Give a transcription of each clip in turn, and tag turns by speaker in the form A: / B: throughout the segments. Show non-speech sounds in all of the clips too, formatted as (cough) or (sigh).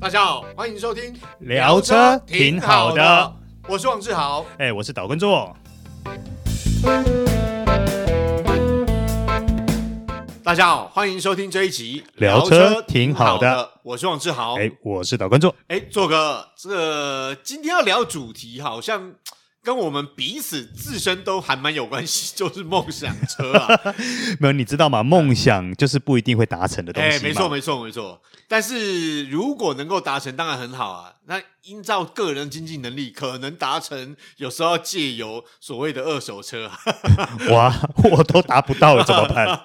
A: 大家好，欢迎收听
B: 聊车挺好的，，
A: 我是王志豪。
B: 哎、我是岛根座。
A: 大家好，欢迎收听这一集
B: 聊车挺好的，
A: 我是王志豪。
B: 哎、
A: 哎，
B: 我是岛根座。
A: 做哥，这个今天要聊主题好像。跟我们彼此自身都还蛮有关系， (laughs) 就是梦想车
B: (laughs)
A: 啊！
B: 没有，你知道吗？梦想就是不一定会达成的
A: 嗯
B: 东
A: 哎、
B: 西嘛。
A: 没错，没错，没错。但是如果能够达成，当然很好啊。那依照个人经济能力，可能达成，有时候要借由所谓的二手车啊，
B: 哇，我都达不到了，怎
A: (laughs)
B: 么办？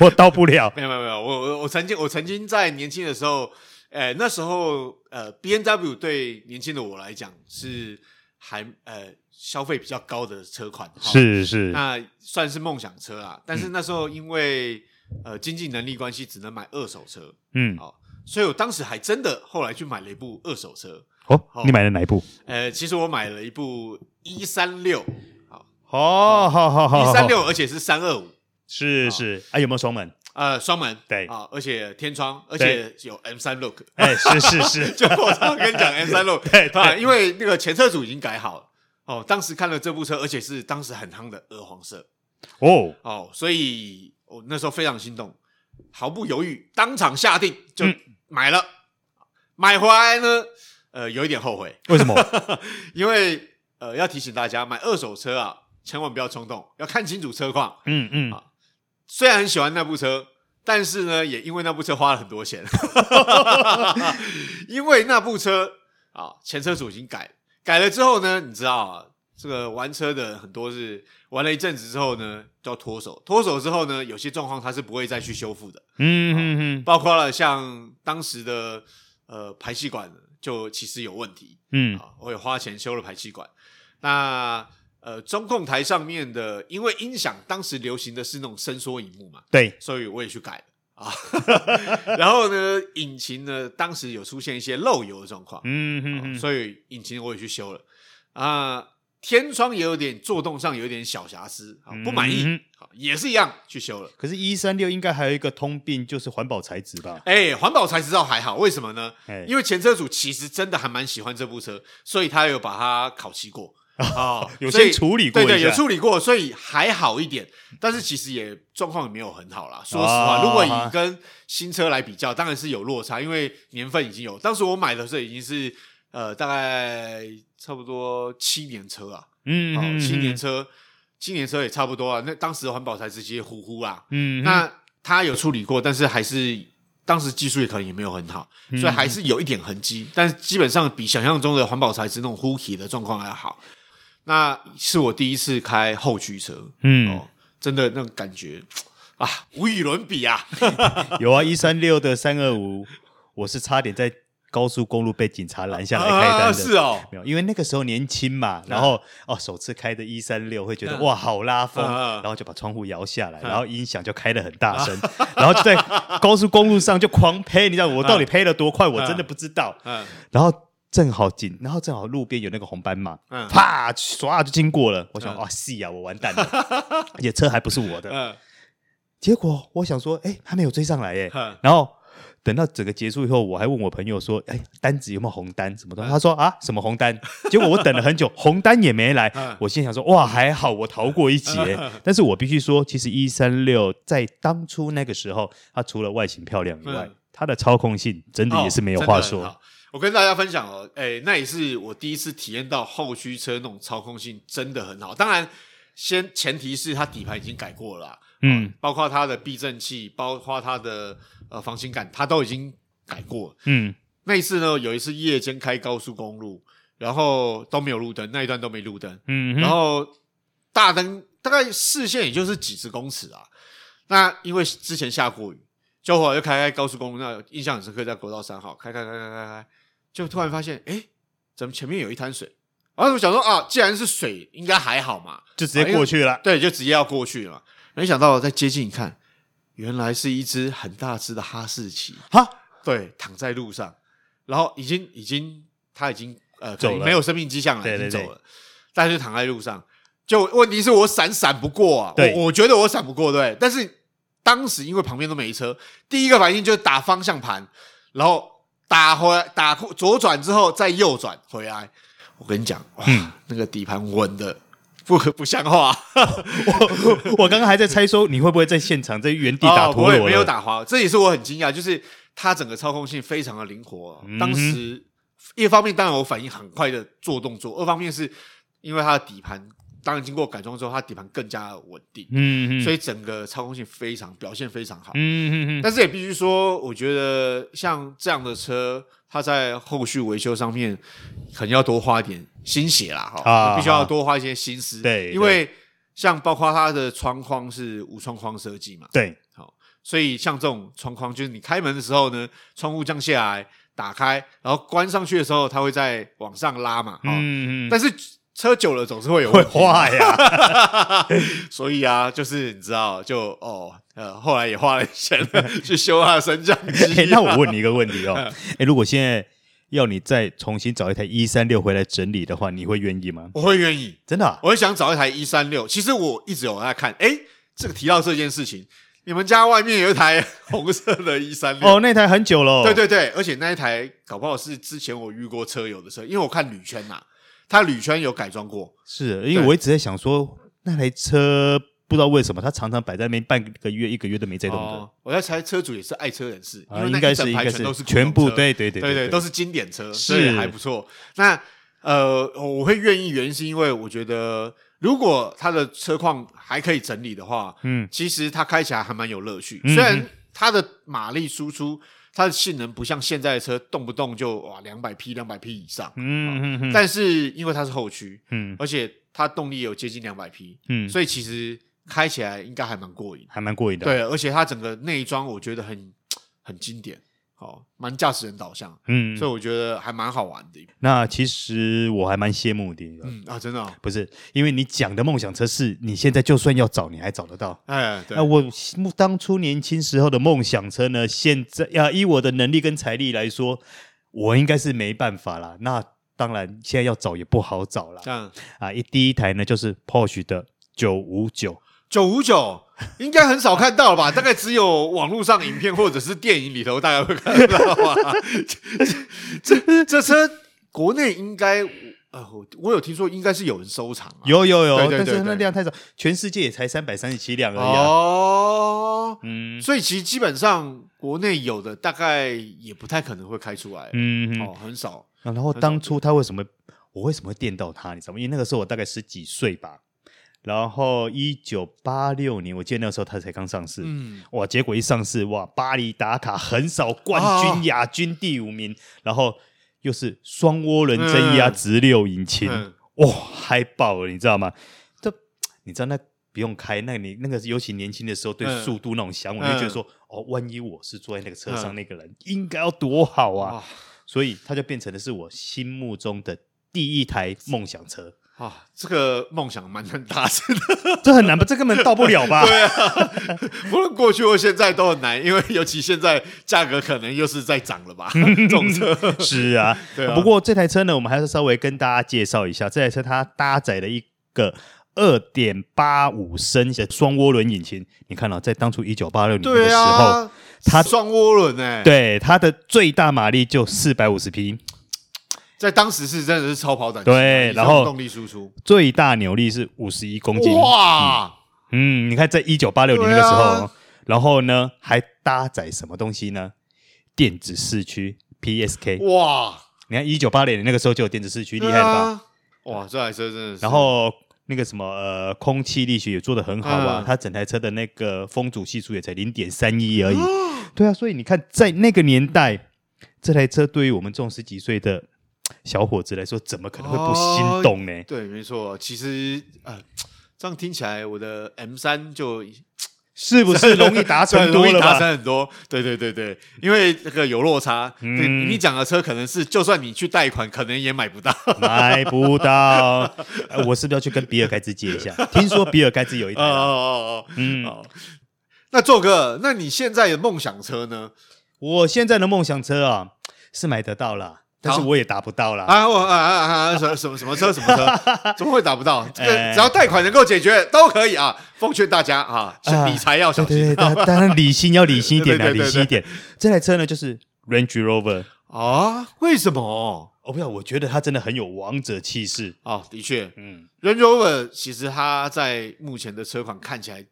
B: 我到不了。
A: 没有没有没有，我我我曾经我曾经在年轻的时候，呃，那时候呃，B N W 对年轻的我来讲是还呃消费比较高的车款，哈，
B: 是嗯是，
A: 那算是梦想车啊。但是那时候因为呃经济能力关系，只能买二手车，
B: 嗯，
A: 好、所以我当时还真的后来去买了一部二手车，
B: 哦
A: 好，
B: 你买了哪一部？
A: 呃，其实我买了一部一三六，好
B: 哦，好好好，
A: 一三六，而且是三二五。
B: 是是，啊，有没有双门？
A: 呃，双门
B: 对
A: 啊，而且天窗，而且
B: 对
A: 有 M 三 look，
B: 哎、是
A: (laughs)
B: 是是，
A: 就我常常跟你讲 M 三六，
B: (laughs) 对对
A: 啊，因为那个前车主已经改好了。哦，当时看了这部车，而且是当时很夯的鹅黄色
B: 哦，
A: 哦，所以我那时候非常心动，毫不犹豫，当场下定就
B: 嗯
A: 买了。买回来呢，呃，有一点后悔，
B: 为什么？
A: 因为呃，要提醒大家，买二手车啊，千万不要冲动，要看清楚车况。
B: 嗯嗯，
A: 虽然很喜欢那部车，但是呢，也因为那部车花了很多钱， (laughs) 因为那部车啊，前车主已经改了改了之后呢，你知道啊，这个玩车的很多是玩了一阵子之后呢，就要脱手，脱手之后呢，有些状况它是不会再去修复的，
B: 嗯嗯嗯
A: 包括了像当时的呃排气管就其实有问题，
B: 嗯，
A: 啊，我也花钱修了排气管。那呃，中控台上面的，因为音响当时流行的是那种伸缩荧幕嘛，
B: 对，
A: 所以我也去改了啊。 (laughs) 然后呢，引擎呢，当时有出现一些漏油的状况，
B: 嗯
A: 啊
B: 嗯嗯，
A: 所以引擎我也去修了啊、天窗也有点做动上有点小瑕疵，啊、不满意
B: 嗯，
A: 好也是一样去修了。
B: 可是，一三六应该还有一个通病，就是环保材质吧？
A: 哎，环保材质倒还好，为什么呢？
B: 哎、
A: 因为前车主其实真的还蛮喜欢这部车，所以他有把它烤漆
B: (laughs)
A: 过啊
B: 有
A: 所以
B: 先处理过
A: 对
B: 一
A: 对，
B: 下
A: 有处理过，所以还好一点。但是其实也状况也没有很好啦。说实话，
B: 哦
A: 如果以跟新车来比较，当然是有落差，因为年份已经有。当时我买的时候已经是呃大概差不多七年车啊，
B: 嗯
A: 哦
B: 嗯，
A: 七年，车，七年车也差不多啊。那当时的环保材质其实呼呼啊，
B: 嗯，
A: 那他有处理过，但是还是当时技术也可能也没有很好，
B: 嗯
A: 所以还是有一点痕迹，但是基本上比想象中的环保材质那种呼气的状况还要好。那是我第一次开后驱车，
B: 嗯，
A: 哦，真的那种感觉啊，无与伦比啊！
B: (laughs) 有啊，一三六的三二五，我是差点在高速公路被警察拦下来开单的。
A: 啊 (laughs) 是哦，
B: 没有，因为那个时候年轻嘛，然后、哦，首次开的一三六会觉得、
A: 嗯
B: 哇好拉风，
A: 嗯嗯
B: 然后就把窗户摇下来，
A: 啊
B: 然后音响就开的很大声，然后就在高速公路上就狂呸，你知道我到底呸了多快，
A: 啊
B: 我真的不知道。
A: 嗯
B: 然后正好紧，然后正好路边有那个红斑马，
A: 嗯
B: 啪唰就经过了，我想
A: 嗯
B: 哇是啊，我完蛋了，而且车还不是我的，
A: 嗯
B: 结果我想说，哎、他没有追上来耶
A: 哼。
B: 然后等到整个结束以后，我还问我朋友说，哎、单子有没有红单什么的？他说啊，什么红单？结果我等了很久，红单也没来
A: (laughs) 嗯。
B: 我心想说，哇，还好我逃过一劫。但是我必须说，其实一三六在当初那个时候，它除了外形漂亮以外
A: 嗯，
B: 它的操控性真的也是没有
A: 哦
B: 话
A: 真的很
B: 说。
A: 好我跟大家分享哦，哎，那也是我第一次体验到后驱车那种操控性真的很好。当然，先前提是它底盘已经改过了啊、
B: 嗯
A: 包括它的避震器，包括它的呃防倾杆，它都已经改过了。
B: 嗯
A: 那一次呢，有一次夜间开高速公路，然后都没有路灯，那一段都没路灯，
B: 嗯，
A: 然后大灯大概视线也就是几十公尺啊。那因为之前下过雨，就我就开开高速公路，那印象很深刻，在国道三号开开开开开开，就突然发现，哎，怎么前面有一滩水？然后我想说啊，既然是水，应该还好嘛，
B: 就直接过去了。
A: 对，就直接要过去了嘛。没想到再接近一看，原来是一只很大只的哈士奇，
B: 哈，
A: 对，躺在路上，然后已经已经它已经呃
B: 走
A: 可能
B: 了
A: 没有生命迹象了，
B: 对
A: 已
B: 对
A: 经
B: 对
A: 走了，但是躺在路上。就问题是我闪闪不过啊，
B: 对
A: 我我觉得我闪不过，对，但是当时因为旁边都没车，第一个反应就是打方向盘，然后打回来打左转之后再右转回来。我跟你讲，哇，
B: 嗯
A: 那个底盘稳的不可不像话。
B: 我刚刚还在猜说你会不会在现场在原地打
A: 哦，
B: 陀
A: 不会
B: 螺，
A: 没有，打滑，这也是我很惊讶，就是它整个操控性非常的灵活、
B: 嗯哼
A: 当时一方面当然我反应很快的做动作，二方面是因为它的底盘，当然经过改装之后，它底盘更加稳定，
B: 嗯嗯，
A: 所
B: 以
A: 以整个操控性非常表现非常好。
B: 嗯嗯嗯
A: 但是也必须说，我觉得像这样的车，它在后续维修上面可能要多花一点心血啦，哈、
B: 啊
A: 必须要多花一些心思。
B: 对
A: 因为像包括它的窗框是无窗框设计嘛，
B: 对，
A: 所以像这种窗框，就是你开门的时候呢，窗户降下来打开，然后关上去的时候，它会再往上拉嘛。嗯，
B: 嗯嗯嗯，
A: 但是车久了总是会有
B: 会
A: 问题，
B: 画呀，
A: 所以啊，就是你知道，就哦呃，后来也花了钱去修它的升降机、
B: (laughs)
A: 啊
B: 哎，那我问你一个问题哦，
A: 嗯
B: 哎，如果现在要你再重新找一台一三六回来整理的话，你会愿意吗？
A: 我会愿意，
B: 真的啊，
A: 我会想找一台一三六。其实我一直有在看，哎，这个提到这件事情，你们家外面有一台 (laughs) 红色的一三六。
B: 哦，那台很久了，
A: 对，对对，而且那一台搞不好是之前我遇过车友的车，因为我看铝圈呐、它铝圈有改装过，
B: 是因为
A: 对
B: 我一直在想说那台车。不知道为什么，它常常摆在那边半个月、一个月都没在动的，
A: 哦，我在猜车主也是爱车人士，
B: 啊，
A: 因为那
B: 应该
A: 一整
B: 是应
A: 排
B: 该
A: 全
B: 是
A: 都是古
B: 全部
A: 董车
B: 对对对
A: 对
B: 对，
A: 都是经典车，
B: 是
A: 所以还不错。那呃，我会愿意，原因是因为我觉得，如果它的车况还可以整理的话，
B: 嗯
A: 其实它开起来还蛮有乐趣。
B: 嗯
A: 虽然它的马力输出，它的性能不像现在的车动不动就哇两百匹、两百匹以上，
B: 嗯嗯嗯，
A: 但是因为它是后驱，
B: 嗯
A: 而且它动力有接近两百匹，
B: 嗯，
A: 所以其实开起来应该还蛮过瘾。
B: 还蛮过瘾的，，
A: 对，而且它整个内装我觉得很很经典，好，蛮驾驶人导向，
B: 嗯，
A: 所以我觉得还蛮好玩的。
B: 那其实我还蛮羡慕你的，
A: 嗯啊，真的、哦，
B: 不是因为你讲的梦想车是你现在就算要找，你还找得到。
A: 哎，对
B: 那，我当初年轻时候的梦想车呢，现在呀、以我的能力跟财力来说，我应该是没办法啦。那当然，现在要找也不好找啦
A: 这。样
B: 啊，一第一台呢就是 Porsche 的九五九，
A: 九五九应该很少看到了吧？ (laughs) 大概只有网络上影片或者是电影里头大概会看到吧。 (laughs) 这这这车国内应该。呃，我我有听说，应该是有人收藏、啊，
B: 有有有，
A: 对对对
B: 但是那
A: 对
B: 辆太少，全世界也才三百三十七辆而已、啊。
A: 哦，
B: 嗯
A: 所以其实基本上国内有的大概也不太可能会开出来，
B: 嗯，
A: 哦，很少。
B: 啊然后
A: 很少
B: 当
A: 见
B: 初他为什么我为什么会电到他？你知道吗？因为那个时候我大概十几岁吧，然后一九八六年，我记得那个时候他才刚上市。
A: 嗯，
B: 哇！结果一上市，哇！巴黎打卡横扫冠军、
A: 哦
B: 亚军第五名，然后又是双涡轮增压
A: 嗯
B: 直六引擎，哇、
A: 嗯
B: 嗨爆了，你知道吗？这你知道那不用开，那你那个尤其年轻的时候对
A: 嗯
B: 速度那种向往，你就觉得
A: 嗯
B: 说，哦，万一我是坐在那个车上
A: 嗯
B: 那个人，应该要多好啊！
A: 哇
B: 所以它就变成的是我心目中的第一台梦想车。
A: 啊，这个梦想蛮难达成的， (laughs)
B: 这很难吧？这根本到不了
A: 啊
B: 吧？
A: 无论过去或现在都很难，因为尤其现在价格可能又是在涨
B: (laughs)
A: 了吧，这种车， (laughs)
B: 是啊，
A: 对啊
B: 不过这台车呢，我们还是稍微跟大家介绍一下，这台车它搭载了一个。二点八五升的双涡轮引擎，你看到、哦在当初一九八六年的
A: 对
B: 时候，
A: 啊，
B: 它
A: 双涡轮哎，，
B: 对它的最大马力就四百五十匹，
A: 在当时是真的是超跑等级啊，
B: 对
A: 以上
B: 然后
A: 动力输出，
B: 最大扭力是五十一公斤。
A: 哇，
B: 嗯，你看，在一九八六年那个时候，
A: 对啊
B: 然后呢，还搭载什么东西呢？电子四驱 PSK。
A: 哇，
B: 你看，一九八零年那个时候就有电子四驱，嗯厉
A: 对
B: 害了吧？
A: 啊？哇，这台车真的是，
B: 然后那个什么呃，空气力学也做得很好啊，
A: 嗯
B: 它整台车的那个风阻系数也才零点三一而已。
A: 哦
B: 对啊，所以你看，在那个年代，这台车对于我们这种十几岁的小伙子来说，怎么可能会不心动呢？
A: 对，没错，其实呃，这样听起来我的 M 三就是
B: 不是容易达
A: (laughs)
B: 啊成
A: 容
B: 多
A: 易
B: 了
A: 达
B: 吧？
A: 成很多。对对对对，因为这个有落差，
B: 嗯
A: 对你讲的车可能是就算你去贷款，可能也买不到。
B: 买不到、呃我是不是要去跟比尔盖茨借
A: (laughs)
B: 一下？听说比尔盖茨有一台
A: 哦哦
B: 啊、
A: 哦哦，
B: 嗯，
A: 哦。那宙哥，那你现在的梦想车呢？
B: 我现在的梦想车啊是买得到啦，但是我也达不到啦。
A: 啊，我啊啊啊啊，什什么什么车什么车，怎么会打不到？这个
B: 哎
A: 只要贷款能够解决都可以啊！奉劝大家啊，
B: 啊
A: 理财要
B: 对
A: 小 (laughs)
B: 对
A: 心
B: 对，当当然理性要理性一点啦，
A: 对对对对
B: 理性一点。这台车呢就是 Range Rover，
A: 啊？为什么？
B: 哦，不要，我觉得他真的很有王者气势。
A: 哦，的确
B: 嗯，
A: ，Range Rover 其实它在目前的车款看起来，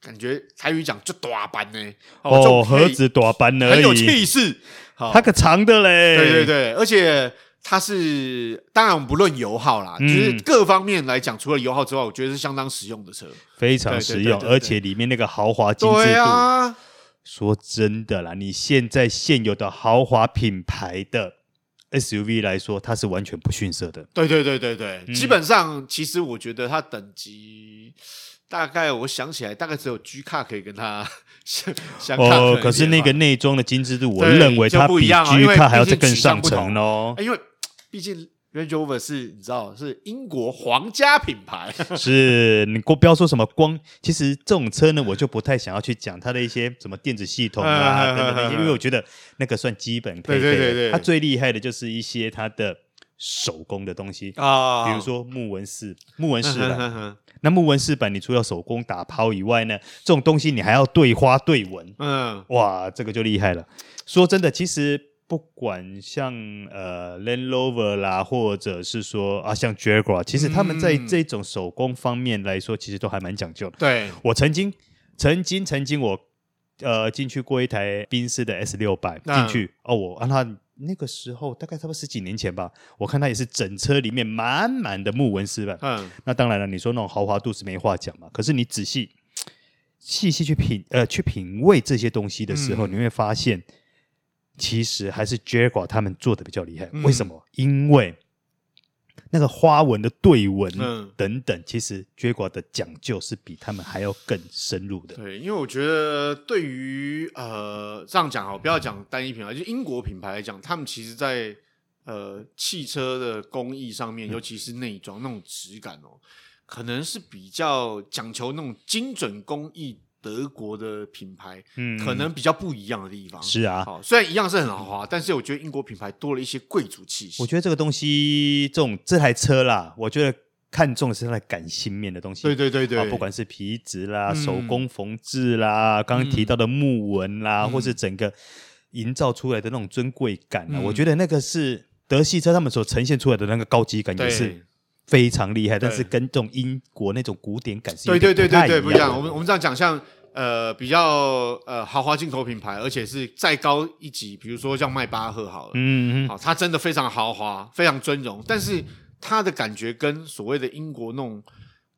A: 感觉台语讲就大班呢，这
B: 哦，
A: 种可以
B: 盒子短板而
A: 很有
B: 已，哎
A: 气势，好、
B: 他个长的嘞。
A: 对对对，而且它是，当然我们不论油耗啦，
B: 嗯
A: 就是各方面来讲，除了油耗之外，我觉得是相当实用的车。
B: 非常
A: 对对
B: 实
A: 对
B: 用，
A: 对对
B: 而且里面那个豪华精致
A: 对
B: 度，
A: 啊，
B: 说真的啦，你现在现有的豪华品牌的 SUV 来说，它是完全不逊色的。
A: 对对对对对，
B: 嗯
A: 基本上其实我觉得它等级。大概我想起来，大概只有 G 卡可以跟它 (laughs) 相相抗衡一点
B: 哦
A: 吧。，
B: 可是那个内装的精致度，我
A: 对
B: 认为
A: 就
B: 它
A: 不
B: 比
A: 一样啊
B: G
A: 因为
B: 卡还要
A: 毕
B: 再
A: 竟
B: 更
A: 取向
B: 上
A: 不同
B: 层哦。
A: 哎，因为毕竟 Range Rover 是你知道是英国皇家品牌，
B: (laughs) 是你光不要说什么光，其实这种车呢，我就不太想要去讲它的一些什么电子系
A: (laughs)
B: 统
A: 哎哎
B: 啊
A: 哎
B: 等等那
A: 哎
B: 些，
A: 哎
B: 因为我觉得那个算基本配备。
A: 对对对对
B: 它最厉害的就是一些它的手工的东西，
A: 啊
B: 比如说木纹饰、木纹饰啦。
A: 嗯
B: 那木纹饰板，你除了手工打抛以外呢，这种东西你还要对花对纹，
A: 嗯
B: 哇，这个就厉害了。说真的，其实不管像呃 Land Rover 啦，或者是说啊像 Jaguar，其实他们在
A: 嗯
B: 这种手工方面来说，其实都还蛮讲究的。
A: 对，
B: 我曾经，曾经，曾经我呃进去过一台宾士的 S 六百
A: 嗯
B: 进去哦，我啊那那个时候大概差不多十几年前吧，我看它也是整车里面满满的木纹饰板，
A: 嗯
B: 那当然了，你说那种豪华度是没话讲嘛。可是你仔细细细去品呃去品味这些东西的时候，
A: 嗯
B: 你会发现，其实还是 Jaguar 他们做的比较厉害。
A: 嗯
B: 为什么？因为那个花纹的对纹
A: 嗯
B: 等等，其实 Jaguar 的讲究是比他们还要更深入的。
A: 对，因为我觉得对于呃这样讲好，不要讲单一品牌，就英国品牌来讲，他们其实在呃汽车的工艺上面，尤其是内装那种质感哦，可能是比较讲求那种精准工艺。德国的品牌，
B: 嗯
A: 可能比较不一样的地方。
B: 是啊，
A: 好，虽然一样是很豪华，但是我觉得英国品牌多了一些贵族气息。
B: 我觉得这个东西，这种这台车啦，我觉得看重的是它的感性面的东西。
A: 对对对对，
B: 啊，不管是皮质啦、
A: 嗯
B: 手工缝制啦，刚刚提到的木纹啦，
A: 嗯
B: 或是整个营造出来的那种尊贵感啊，
A: 嗯
B: 我觉得那个是德系车他们所呈现出来的那个高级感，
A: 对
B: 也是非常厉害。
A: 对
B: 但是跟这种英国那种古典感是有
A: 对对
B: 点
A: 对
B: 太
A: 对对，
B: 不
A: 不一样。我们
B: 的
A: 我们这样讲，像呃比较呃豪华进口品牌，而且是再高一级，比如说像迈巴赫好了，
B: 嗯嗯
A: 好，它真的非常豪华，非常尊荣，但是它的感觉跟所谓的英国那种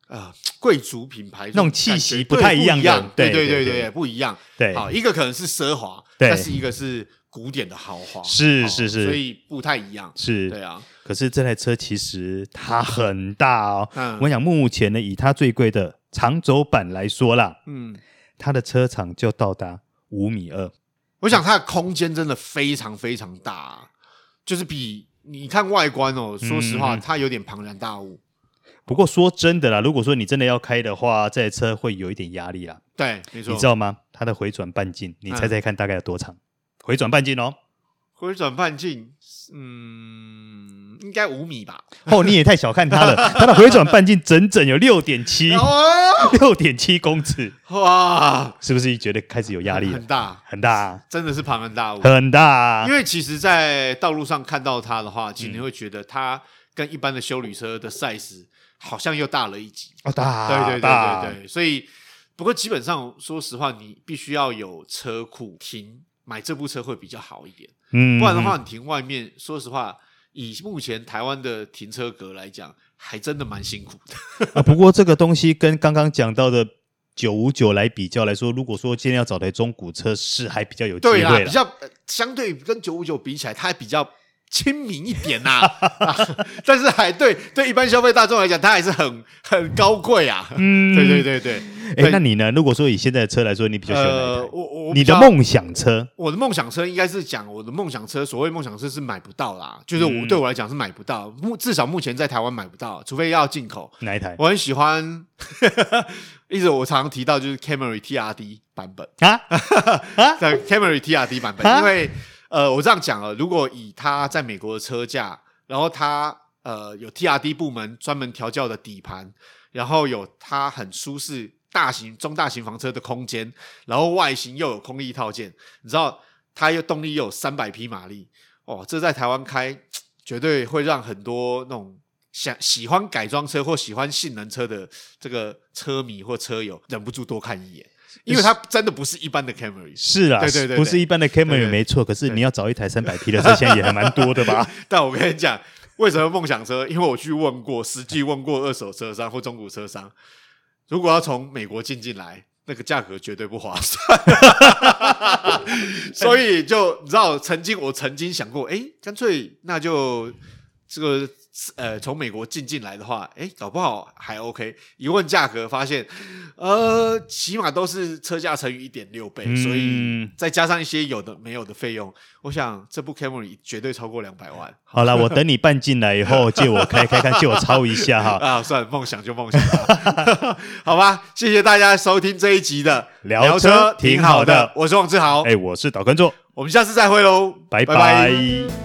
A: 呃贵族品牌
B: 那种气息不太一
A: 一
B: 样的
A: 对
B: 对
A: 对
B: 对
A: 对，不一样。
B: 对
A: 好，一个可能是奢华，
B: 对
A: 但是一个是古典的豪华，
B: 是
A: 好
B: 是是
A: 所以不太一样。
B: 是
A: 对啊，
B: 可是这台车其实
A: (laughs)
B: 它很大哦。
A: 嗯
B: 我想目前呢，以它最贵的长轴版来说啦，
A: 嗯，
B: 它的车长就到达五米二。
A: 我想它的空间真的非常非常大、就是比你看外观哦，说实话，
B: 嗯
A: 它有点庞然大物。
B: 不过说真的啦，如果说你真的要开的话，这台车会有一点压力啦。
A: 对，没错。嗯
B: 你知道吗？它的回转半径，你猜猜看大概有多长？回转半径
A: (laughs)
B: 哦，
A: 回转半径，嗯，应该五米吧。
B: 哦，你也太小看它
A: (laughs)
B: 了。它的回转半径整整有六点七，
A: 哦，
B: 六点七公尺，
A: 哇，
B: 是不是觉得开始有压力了
A: 很？大，
B: 很大啊，
A: 真的是庞然大物。
B: 很大嗯啊
A: 因。为其实，在道路上看到它的话，其实你会觉得它跟一般的修理车的 size 好像又大了一级。
B: 哦，大，
A: 对对
B: 大
A: 对对对，所以不过基本上，说实话，你必须要有车库停买这部车会比较好一点，
B: 嗯，
A: 不然的话，你停外面，说实话，以目前台湾的停车格来讲，还真的蛮辛苦的。
B: 啊，不过这个东西跟刚刚讲到的九五九来比较来说，如果说今天要找台中古车，是还比较有机
A: 对
B: 会
A: 啦，
B: 啦
A: 比较呃相对跟九五九比起来，它还比较亲民一点
B: (laughs)
A: 呐、 (laughs) 啊但是还对对一般消费大众来讲，它还是很很高贵啊。
B: 嗯
A: 对对对对，
B: 哎，那你呢？如果说以现在的车来说，你比较喜欢哪一
A: 呃，
B: 台？
A: 我我
B: 你
A: 比较
B: 的梦想车，
A: 我的梦想车应该是讲我的梦想车，所谓梦想车是买不到啦，就是我、
B: 嗯
A: 对我来讲是买不到，目至少目前在台湾买不到，除非要进口。
B: 哪一台
A: 我很喜欢， (laughs) 一直我常常提到就是 Camry TRD 版本，
B: 啊？
A: 在 Camry TRD 版本，
B: 啊
A: 因为呃我这样讲啊，如果以它在美国的车价，然后它呃有 TRD 部门专门调教的底盘，然后有它很舒适大型中大型房车的空间，然后外形又有空力套件，你知道它又动力又有三百匹马力，哦，这在台湾开绝对会让很多那种想喜欢改装车或喜欢性能车的这个车迷或车友忍不住多看一眼，因为它真的不是一般的 Camry。
B: 是
A: (laughs)
B: 啦，
A: 对对对
B: 不是
A: 对
B: 一般的 Camry 也没错，可是你要找一台三百匹的车，现在也还蛮多的
A: (laughs)
B: 吧？
A: 但我跟你讲，为什么梦想车？因为我去问过，实际问过二手车商或中古车商，如果要从美国进进来，那个价格绝对不划算。 (laughs) 所以就你知道，曾经我曾经想过，哎，干脆那就这个呃从美国进进来的话，哎，搞不好还 OK。一问价格，发现呃起码都是车价乘以一点六倍，
B: 嗯
A: 所以再加上一些有的没有的费用，我想这部 Camry 绝对超过两百万。
B: 好啦，我等你办进来以后，借我开开看，借我抄一下
A: (laughs)
B: 哈。
A: 啊，算了，梦想就梦想 (laughs) 吧，好吧。谢谢大家收听这一集的
B: 聊
A: 车
B: 车挺
A: 好
B: 好的
A: 我是王志豪，
B: 哎，我是导观众，
A: 我们下次再会喽，
B: 拜
A: 拜
B: 拜